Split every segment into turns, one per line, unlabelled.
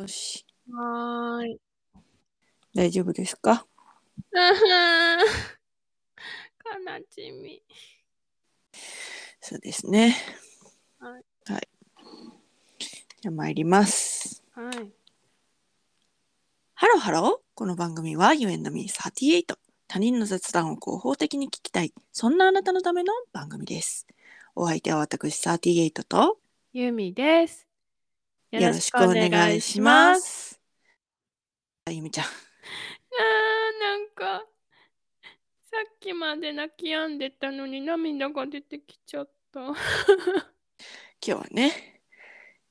よし、
は ーい。
大丈夫ですか
うふん悲しみ。
そうですね。
はい。
はい。じゃあ参ります。
はい。
ハローハロー。この番組は You and me38。他人の雑談を合法的に聞きたい。そんなあなたのための番組です。お相手は私38と
ゆみです。
よろしくお願いしま。す。あゆみちゃん。
あーなんか、さっきまで泣き止んでたのに涙が出てきちゃった。
今日はね、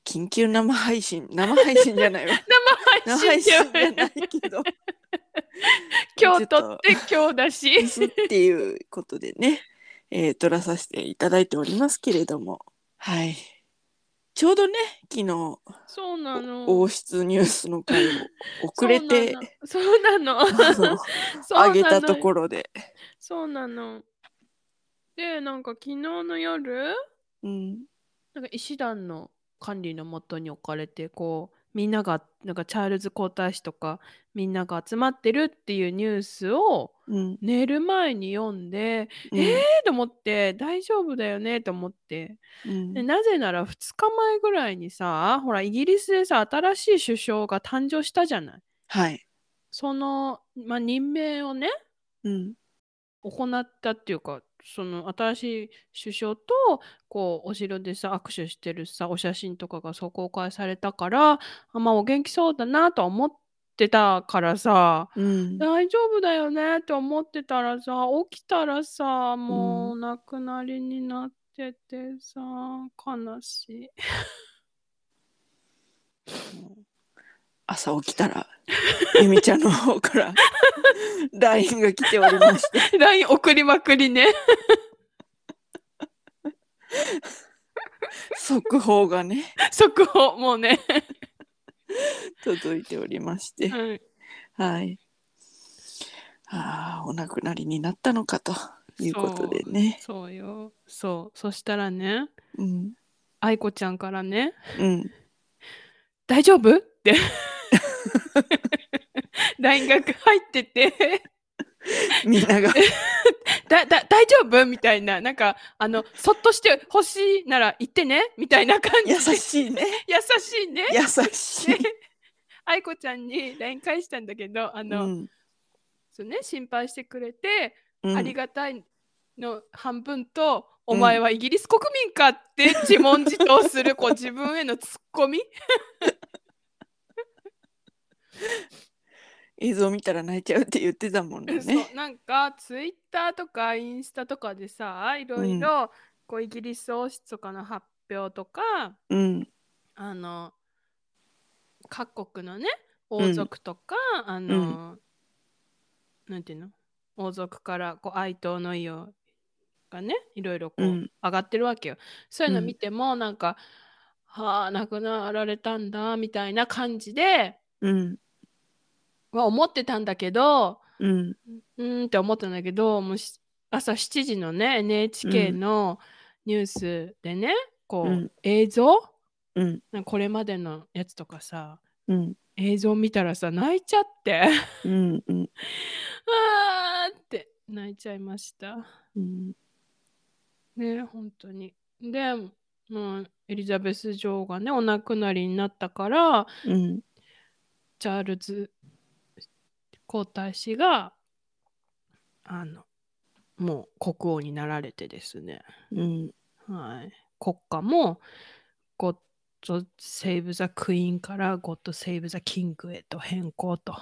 緊急生配信。生配信じゃないわ。生
生配
配信
信じ
じ
ゃ
ゃ
な
ないいけど。
今日撮って今日だし。
っていうことでね、 えー撮らさせていただいておりますけれども、はい。ちょうどね、昨日、
そうなの。
王室ニュースの回を遅れて、
そうなの。そう な
あ
の
の。
そうな
上
の
げたところで、
そうなの。で、なんか昨日の夜、
うん、
なんか医師団の管理のもとに置かれてこうみんながなんかチャールズ皇太子とかみんなが集まってるっていうニュースを
うん、
寝る前に読んで、
うん
えーと思って大丈夫だよねと思って
うん
でなぜなら2日前ぐらいにさほらイギリスでさ新しい首相が誕生したじゃない
はい、
その、まあ、任命をね
うん、
行ったっていうかその新しい首相とこうお城でさ握手してるさお写真とかがそう公開されたからあまあお元気そうだなとは思ってたからさ
うん、
大丈夫だよねって思ってたらさ起きたらさもうお亡くなりになっててさ悲しい。
朝起きたら、ゆみちゃんの方から LINE が来ておりまして、
LINE 送りまくりね。
速報がね、
速報もうね。
届いておりまして、
うん
はい。ああ、お亡くなりになったのかということでね。
そうよ。そう。そしたらね
うん。
愛子ちゃんからね
うん。
大丈夫って LINE が入ってて
みんなが、
だだ大丈夫みたいななんかあのそっとしてほしいなら言ってねみたいな感じ
優しいね。
優しいね
優しい。
ね愛子ちゃんに LINE 返したんだけどあ
う
の、
ん。
そうね、心配してくれて、
うん
ありがたいの半分とお前はイギリス国民かって自問自答する、こう自分へのツッコミ
映像見たら泣いちゃうって言ってたもんね
そ。うなんかツイッターとかインスタとかでさいろいろこうイギリス王室とかの発表とか
うん。
あの各国のね王族とか、あの、なんていうの王族からこう哀悼の意をがねいろいろこう、
うん
上がってるわけよそういうの
うん
見てもなんか、はあ亡くなられたんだみたいな感じで
うん。
は思ってたんだけど
うん。
うーんって思ったんだけどもうし朝7時のね NHK
うん
のニュースでね、こう、
うん
映像
うん。
なんかこれまでのやつとかさ
うん。
映像見たらさ泣いちゃって
うん。うん。
あーって泣いちゃいました
うん。
ね本当にでもうエリザベス女王がねお亡くなりになったから
うん。
チャールズ皇太子があのもう国王になられてですね
うん。
はい、国家も God Save the Queen から God Save the King へと変更と。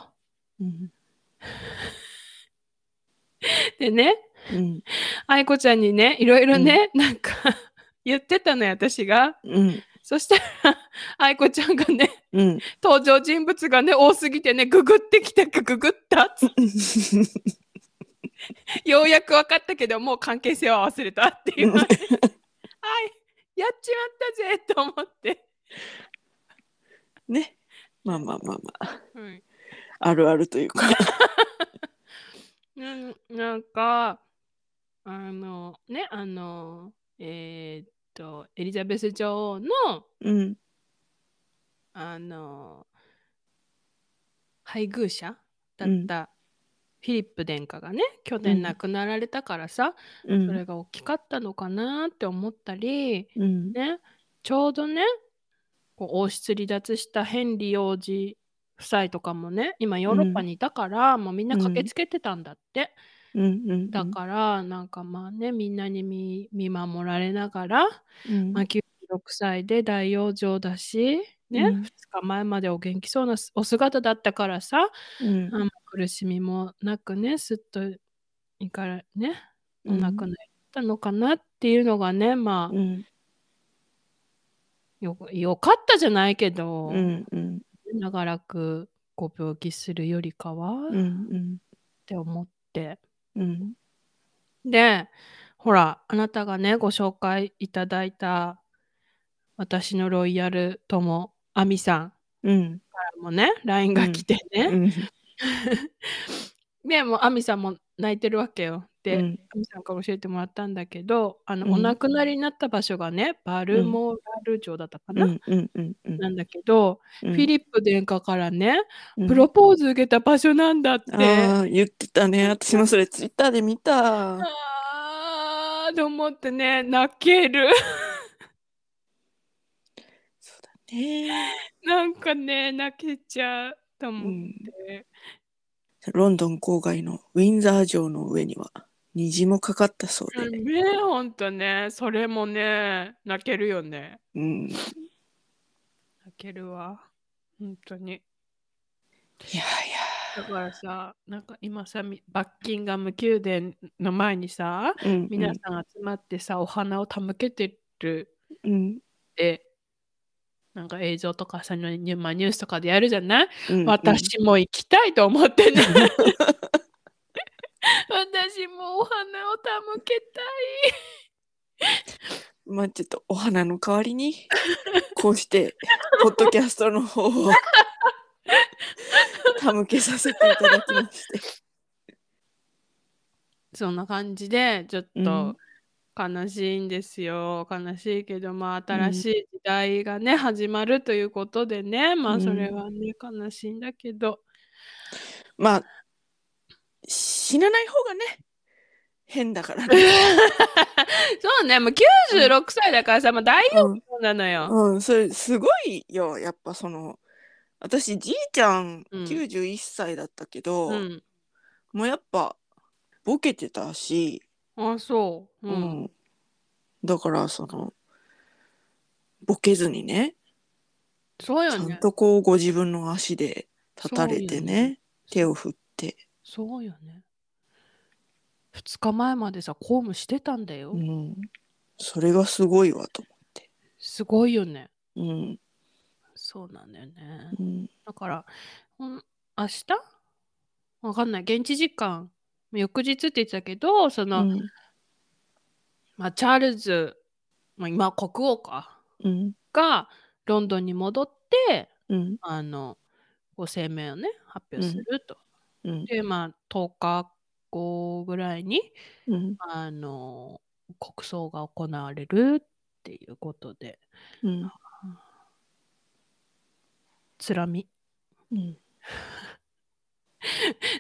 うん。
でね、
うん。
愛子ちゃんにね、いろいろね、なんか 言ってたのよ、私が。
うん。
そしたら、 愛子ちゃんがね、
うん。
登場人物がね、多すぎてね、ググってきたかググったっつようやく分かったけど、もう関係性は忘れたって いう。はい、やっちまったぜと思って。
ね。まあまあまあまあ。
うん
あるあるというか。
うん、なんかあのねあのえーっとエリザベス女王の
うん。
あの配偶者だったフィリップ殿下がね、去年亡くなられたからさ、
う
それ
ん
が大きかったのかなって思ったり、
うん
ね、ちょうどねこう王室離脱したヘンリー王子夫妻とかもね今ヨーロッパにいたから、もうみんな駆けつけてたんだって、
うんうん
だからなんかまあねみんなに見見守られながら、
うん
まあ、96歳で大養生だし、ね
うん
2日前までお元気そうなお姿だったからさ
うん
あんま苦しみもなくねすっといからねお亡くなりだったのかなっていうのがねまあ、
うん
よよかったじゃないけど、
うんうん
長らくご病気するよりかは、
う
っ
ん
て思って
うん
でほらあなたがねご紹介いただいた私のロイヤル友亜美さんか
うん
らもね LINE が来て
う
ね、
ん
でもう亜美さんも泣いてるわけよで、
うん
亜美さんから教えてもらったんだけどあの、
うん
お亡くなりになった場所がねバルモラル城だったか
う
な、
んうんうんうん
なんだけど、
うん
フィリップ殿下からね
うん
プロポーズ受けた場所なんだって。
ああ言ってたね私もそれツイッターで見た
あーと思ってね泣ける
そうだね
なんかね泣けちゃうと
う
思っ
ん
て、
ロンドン郊外のウィンザー城の上には虹もかかったそうで、
ねほんとねそれもね泣けるよね
うん、い
泣けるわ本当に
やい
だからさなんか今さみバッキンガム宮殿の前にさ
や、うん、
皆さん集まってさ、お花を手向けてる
うん、
ってなんか映像とかさニュ,、まあ、ニュースとかでやるじゃない
うん、
私も行きたいと思ってね。私もお花を手向け
うん、まあちょっとお花の代わりにこうしてポッドキャストの方 を手向けさせていただきまして、
たい。そんな感じでちょっ
うん
と悲しいんですよ。悲しいけどまあ新しい時代がね、始まるということでね
う
まあ
ん
それはね、悲しいんだけど
まあ死なない方がね変だからね、
そうねもう96歳だからさ、まあ、大丈
うん
夫なのよ。
うん、それすごいよやっぱその私じいちゃん
うん
91歳だったけど、
うん、
もうやっぱボケてたし、
あそう、
う
うん
んだからそのボケずにね
そう
ち
よ
ゃん
ね。
とこうご自分の足で立たれて
そうよ
ね
ね
手を振って、
そうよね。2日前までさ公務してたんだよ。
うん、それがすごいわと
すごいよね。
思う、
そうなんだよね。
うんうん、
だから、うん、明日わかんない。現地時間、翌日って言ってたけど、その、
うん
まあ、チャールズ、まあ、今国王か、
うん
がロンドンに戻って、
うん
あの、ご声明をね、発表すると。
うん
で、まあ、10日後ぐらいに、
うん
あの、国葬が行われるっていうことで、
うん
つらみ。
うん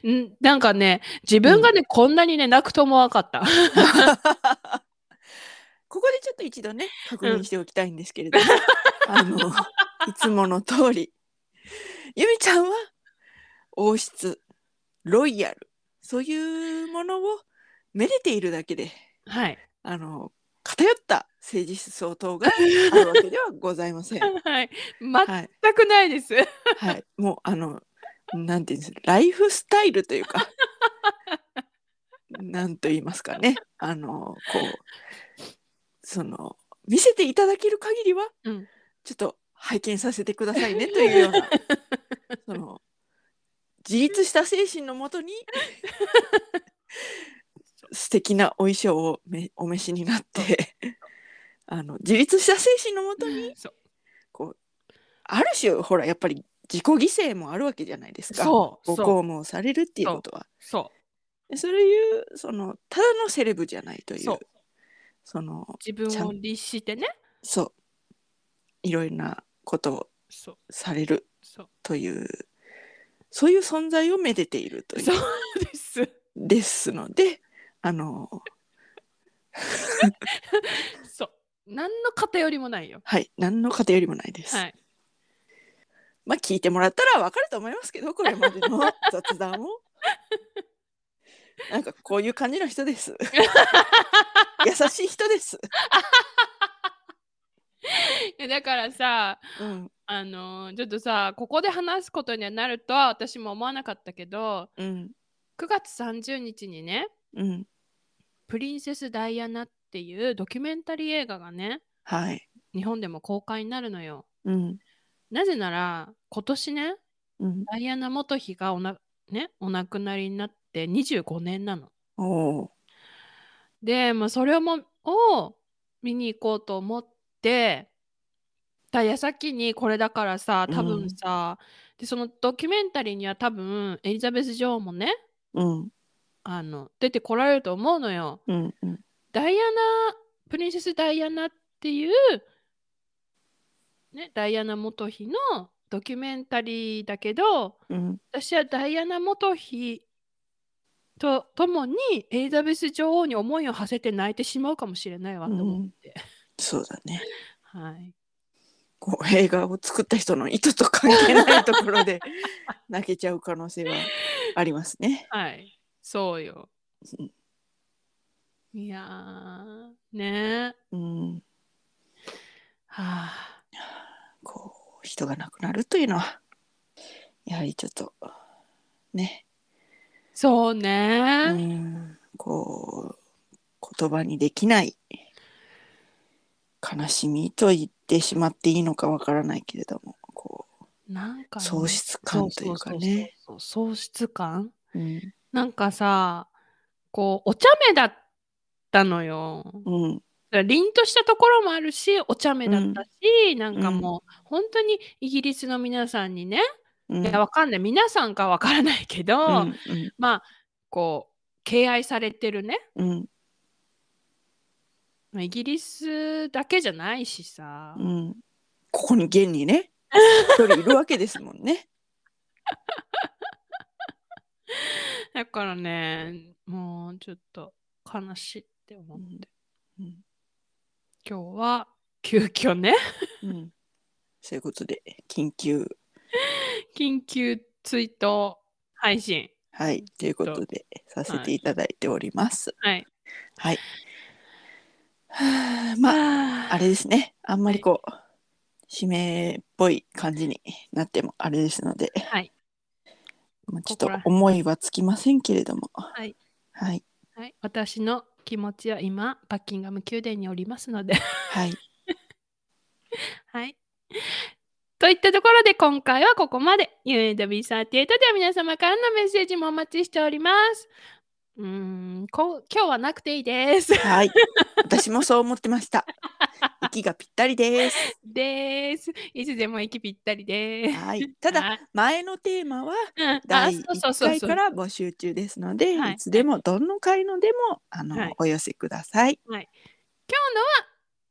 んなんかね自分がね、こんなにね泣くと思わなかった
ここでちょっと一度ね確認しておきたいんですけれども、 あのいつもの通り由美ちゃんは王室ロイヤルそういうものをめでているだけで
はい
あの偏った政治思想等があるわけではございません。 は
はい
い、
全くないです、
はい、もうあのなんていうんですライフスタイルという かなんと言いますかねあのこうその見せていただける限りは
うん
ちょっと拝見させてくださいねというよう なその自立した精神のもと に素敵なお衣装をめお召しになってあの自立した精神のもとに
そう
ある種ほらやっぱり自己犠牲もあるわけじゃないですか
そう
ご
そう
公務をされるっていうことは
そう
でそれいうそのただのセレブじゃないという
そう
その
自分
ちゃん
を律してね
そういろいろなことを
そう
される
そう
というそういう存在をめでているという
そうです。
ですのであの
そう。何の偏りもないよ。
はい何の偏りもないです、
はい。
まあ聞いてもらったらわかると思いますけどこれまで の雑談をなんかこういう感じの人です 優しい人です、
いやだからさ、
うん
あのーちょっとさ、ここで話すことにはなるとは私も思わなかったけど、
うん
9月30日にね、
うん
プリンセス・ダイアナっていうドキュメンタリー映画がね、
はい
日本でも公開になるのよ。
うん
なぜなら、今年ね、
うん
ダイアナ元妃がおな、ね、お亡くなりになって25年なの。
おー
で、まあ、それをもを見に行こうと思ってた矢先にこれだからさ多分さ、でそのドキュメンタリーには多分エリザベス女王もね
うん
あの出てこられると思うのよ。
うんうん
ダイアナプリンセスダイアナっていう、ね、ダイアナ元妃のドキュメンタリーだけど
うん
私はダイアナ元妃とともにエリザベス女王に思いを馳せて泣いてしまうかもしれないわと思って、
そうだね
はい、
こう映画を作った人の意図と関係ないところ で泣けちゃう可能性はありますね。
はい、そうよ
うん
いやーねえ
うん、
はあ
こう人が亡くなるというのはやはりちょっとね、
そう
う
ね、
ん、こう言葉にできない悲しみと言ってしまっていいのかわからないけれどもこ
なんか
う
ね、
喪失感というかね。
そうそうそうそう喪失感
うん
なんかさこうお茶目だったのよ
うん
凛としたところもあるしお茶目だったし、なんかもう、本当にイギリスの皆さんにね、
うん
いやわかんない皆さんかわからないけど、
うん
まあこう敬愛されてるね
うん
まあイギリスだけじゃないしさ、
うん、ここに現にね一人いるわけですもんね。
だからねもうちょっと悲しいって思って、
うん
今日は急遽ね
うん、そういうことで緊急
緊急追悼配信
はいということでさせていただいております。
はい
はい。はあまああれですねあんまりこう指名っぽい感じになってもあれですので、
はい
まあ、ちょっ
ことこら辺
思いはつきませんけれども
はい、
はい
はい、私の気持ちは今バッキンガム宮殿におりますので
はい
はい。といったところで今回はここまで。UNW38 では皆様からのメッセージもお待ちしております。うーんこ今日はなくていいです。
はい私もそう思ってました息がぴったりです
です。いつでも息ぴったりです。
はいただ
はい、
前のテーマは
うん、あ
第
そうそう
1
そう
回
そ
か
う。
ら募集中ですので、
はい
いつでもどの回のでもあの、
はい
お寄せください。
今日のは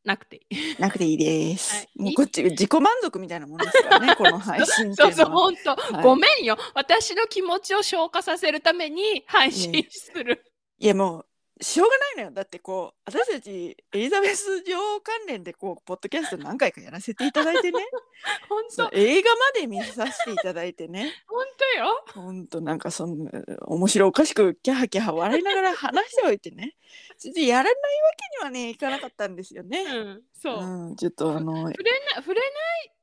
なくていい。
なくていいです。
はい
もうこっち自己満足みたいなものですからね、この配信って
そう
いう
そう、
のは。
本当、
はい
ごめんよ。私の気持ちを消化させるために配信する。
いやもうしょうがないのよ。だってこう私たちエリザベス女王関連でこうポッドキャスト何回かやらせていただ いてね、
本
そ
当
う、映画まで見させていただいてね、
本当よ。
本当なんかその面白おかしくキャハキャハ笑いながら話しておいてね、ちょっとやらないわけにはねいかなかったんですよね。
うん、そう。
うん、ちょっとあの
触れな触れな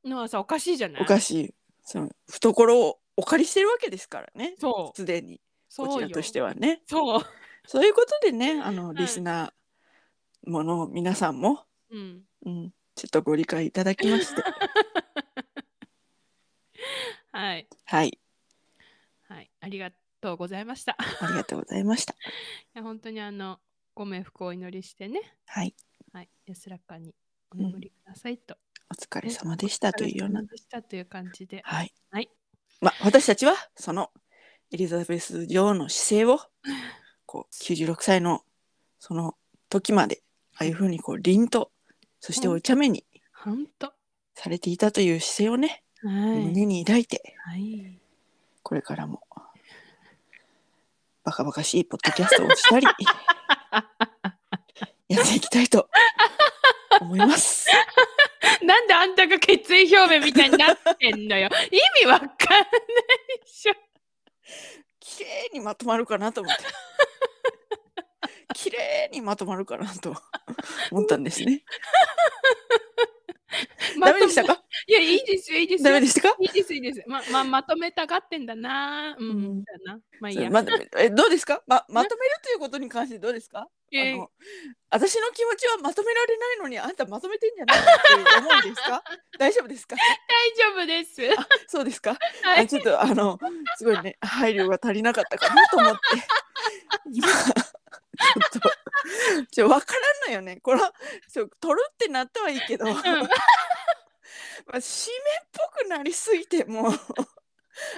いのはさ、おかしいじゃない
おかしいその懐をお借りしてるわけですからね
そう。
すでにこ
そ
ち
う
ら
よ。
としてはね
そう。
そういうことでねあの
い
リスナーもの皆さんも、
うん。
うん、ちょっとご理解いただきま して
はい。
はい
はい。ありがとうございました。 い
ありがとうございました
や本当にあの、ご冥福をお祈りしてね、
はい
はい。安らかにお眠りくださいと。
お疲れ様でしたというような
お疲れ様でしたという感じで。
はい、
はい
まあ私たちはそのエリザベス女王の姿勢をこう96歳のその時までああいうふうにこう凛とそしてお茶目に
本当。
されていたという姿勢をね、
はい。
胸に抱いて
はい。
これからも。バカバカしいポッドキャストをしたり、 やっていきたいと思います。
なんであんたが決意表明みたいになってんのよ。意味わかんないでしょ。
綺麗にまとまるかなと思って。綺麗にまとまるかなと思ったんですね。 ダメでした
まと
か
めいや、いいですよ、いいですよ。
ダメでしたか
いいです、いいです。ま、ま、まとめたがってんだな。うん、
うん
だな。まあいい
それ
や。
まだえどうですかままとめるということに関してどうですか、
え
あ
ー
の私の気持ちはまとめられないのにあんたまとめてんじゃないのって思うんですか大丈夫ですか
大丈夫です。
あそうですか、
はい
あちょっとあのすごいね配慮が足りなかったかなと思って今ちょっとちょ分からんのよねこれはちょ取るってなったはいいけど、ま
ん
あ締めっぽくなりすぎてもう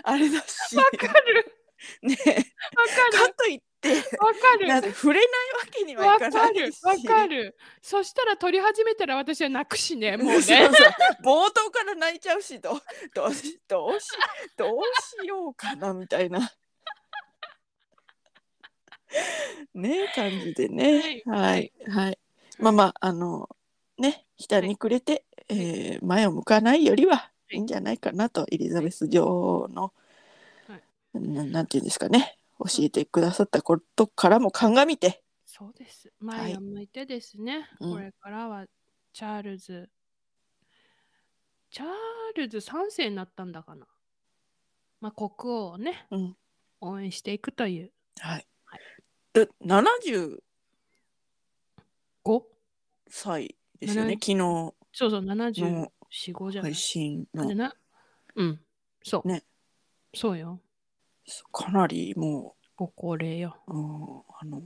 あれだし
わかる。
ね
わ
かといって
かる。
な
わ
ん
か
て
る。
触れないわけには
わ
いか
か
な
る
いし。
わかる。そしたら撮り始めたら私は泣く しね、 もう
そうそう
ね。
冒頭から泣いちゃうしどう どうしどうしどうしようかなみたいな ねえ感じでね
は
はいいはいまあまああのね下に暮れて、えー前を向かないよりはいいんじゃないかなとエリザベス女王の、
はい
ななんていうんですかね教えてくださったことからも鑑みて
そうです。前を向いてですね、
うん
これからはチャールズ。チャールズ3世になったんだかな。まあ、国王をね、
うん
応援していくという。
はい、で70
5?
歳ですよね
70
昨日の
そうそう、74、5じゃない
配。信の
でなうん、そう。
ね
そうよ。
かなりも
ご高齢よ。
う、うんあの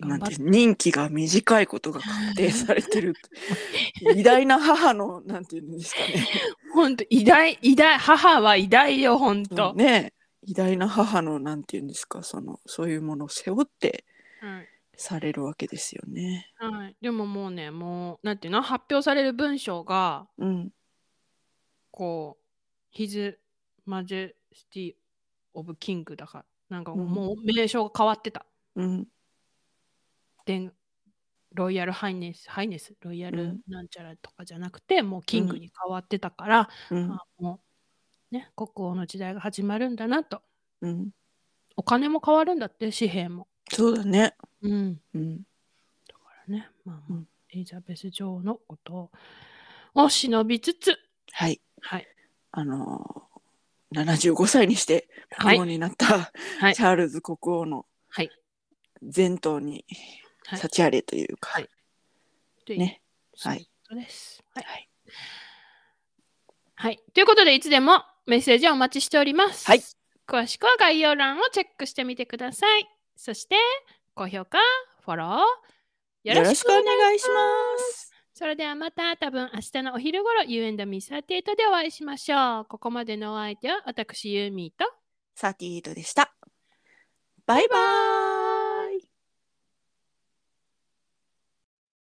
な
頑
ん
張って
任期が短い ことが確定されてる 偉大な母のなんていうんですかね
ほんと、偉大、偉大、母は偉大よ、ほん
そ
と
う。ね偉大な母のなんていうんですかそのそういうものを背負って
はい
されるわけですよね。
はい、でももうねもうなんていうの発表される文章が
うん、
こう His Majesty of King だからなんか
うん
もう名称が変わってた。
うん、
でロイヤルハイネスハイネスロイヤ
う
ル
ん
なんちゃらとかじゃなくて、もうキングに変わってたから、
うん
あ、もうね国王の時代が始まるんだなと
うん、
お金も変わるんだって紙幣も。
そうだね。
うん
うん、
だからね、まあま
う
あ
ん
エリザベス女王のことを忍びつつ、
はい、
はい、
あのー、75歳にして
は
国
い
王、になった、
はい
チャールズ国王の
はい、
前頭に
はい
立ち上げというか、
はいという
ね、
そう
はい
いうことです。はい
はい
はい。ということで、いつでもメッセージをお待ちしております。
はい
詳しくは概要欄をチェックしてみてください。そして、高評価、フォロー、
よろしくお願いします。
それではまた多分明日のお昼頃 You and me38 でお会いしましょう。ここまでのお相手は私ユーミーと
サーティーエイトでした。バイバーイ。